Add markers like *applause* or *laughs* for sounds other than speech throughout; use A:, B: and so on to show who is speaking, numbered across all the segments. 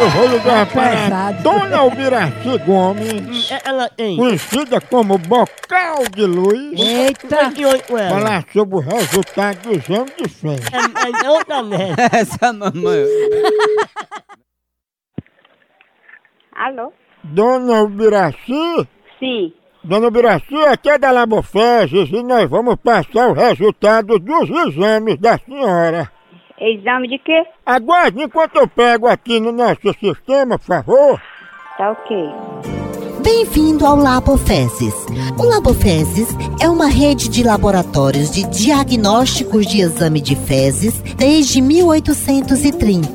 A: eu vou
B: É
A: ligar para a
C: Pesado.
A: Dona Almiraci Gomes,
B: Hum, é, Ela tem.
A: conhecida como Bocal de Luz,
C: Eita!
B: 28 ela.
A: falar sobre o resultado dos anos de festa.
B: É, é outra merda.
D: *laughs* Essa mamãe.
E: Alô?
A: Dona Albiraci,
E: Sim.
A: Dona Albiraci, aqui é da Labofeges e nós vamos passar o resultado dos exames da senhora.
E: Exame de quê?
A: Aguarde enquanto eu pego aqui no nosso sistema, por favor.
E: Tá ok.
F: Bem-vindo ao Labofeses. O Labofeses é uma rede de laboratórios de diagnósticos de exame de fezes desde 1830.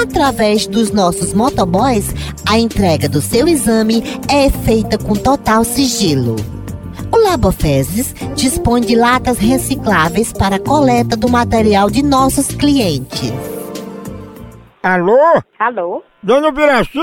F: Através dos nossos motoboys, a entrega do seu exame é feita com total sigilo. O Labofeses dispõe de latas recicláveis para a coleta do material de nossos clientes.
A: Alô?
E: Alô?
A: Dona Albiraci,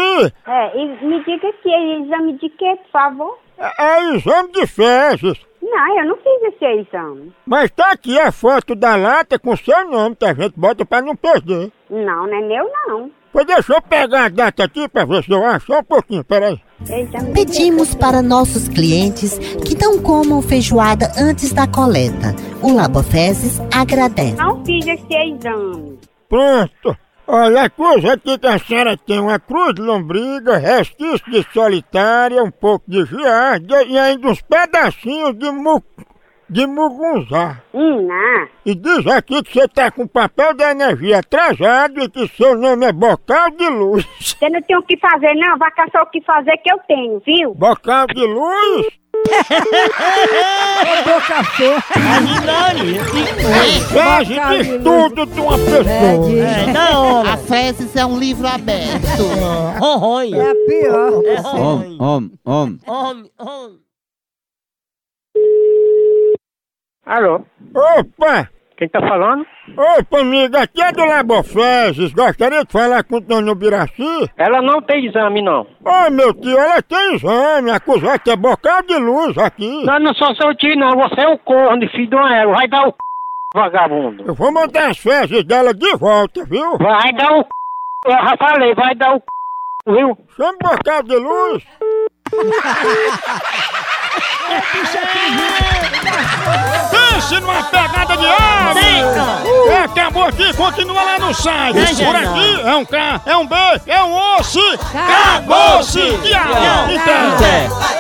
E: É, e me diga que é exame de quê, por favor?
A: é, é exame de fezes.
E: Não, eu não fiz esse exame.
A: Mas tá aqui a foto da lata com seu nome, que a gente bota pra não perder.
E: Não, não é meu, não.
A: Pois deixa eu pegar a data aqui pra ver se eu acho. Só um pouquinho, peraí.
E: Exame de quê?
F: Pedimos para nossos clientes que não comam feijoada antes da coleta. O Labofezes agradece.
E: Não fiz esse exame.
A: Pronto. Olha, a cruz aqui que a senhora tem uma cruz de lombriga, resquício de solitária, um pouco de giardia e ainda uns pedacinhos de mu... de mugunzá.
E: Hum, não.
A: E diz aqui que você tá com o papel da energia atrasado e que seu nome é Bocal de Luz. *laughs*
E: Você não tem o que fazer, não. Vai caçar o que fazer que eu tenho, viu?
A: Bocal de Luz? É,
B: A minoria.
A: Base de estudo de uma pessoa.
B: É, da
G: A
B: hora.
G: fezes é um livro
B: *laughs*
G: aberto.
B: Horroi.
C: É a pior.
B: É
D: Homem,
B: horroi.
D: homem, homem.
B: Homem, homem.
H: Alô,
A: Opa!
H: quem tá falando?
A: Opa, amiga, aqui é do Labofeses. Gostaria de falar com o Dona Ubiraci?
H: Ela não tem exame, não.
A: Ô, meu tio, ela tem exame, acusar que é bocal de luz aqui.
H: Não, não sou seu tio, não. Você é o corno, filho de uma égua. Vai dar o c... vagabundo.
A: Eu vou mandar as fezes dela de volta, viu?
H: Vai dar o c... Eu já falei, vai dar o c... viu?
A: Chama o bocal de luz. Pense numa pegada de
B: Eita.
A: Uh! Acabou aqui, continua lá no site.
B: É, já,
A: Por
B: já.
A: aqui é um K, é um B, é um osso.
C: Acabou-se.
A: Acabou-se. Tchau. Então.
D: É.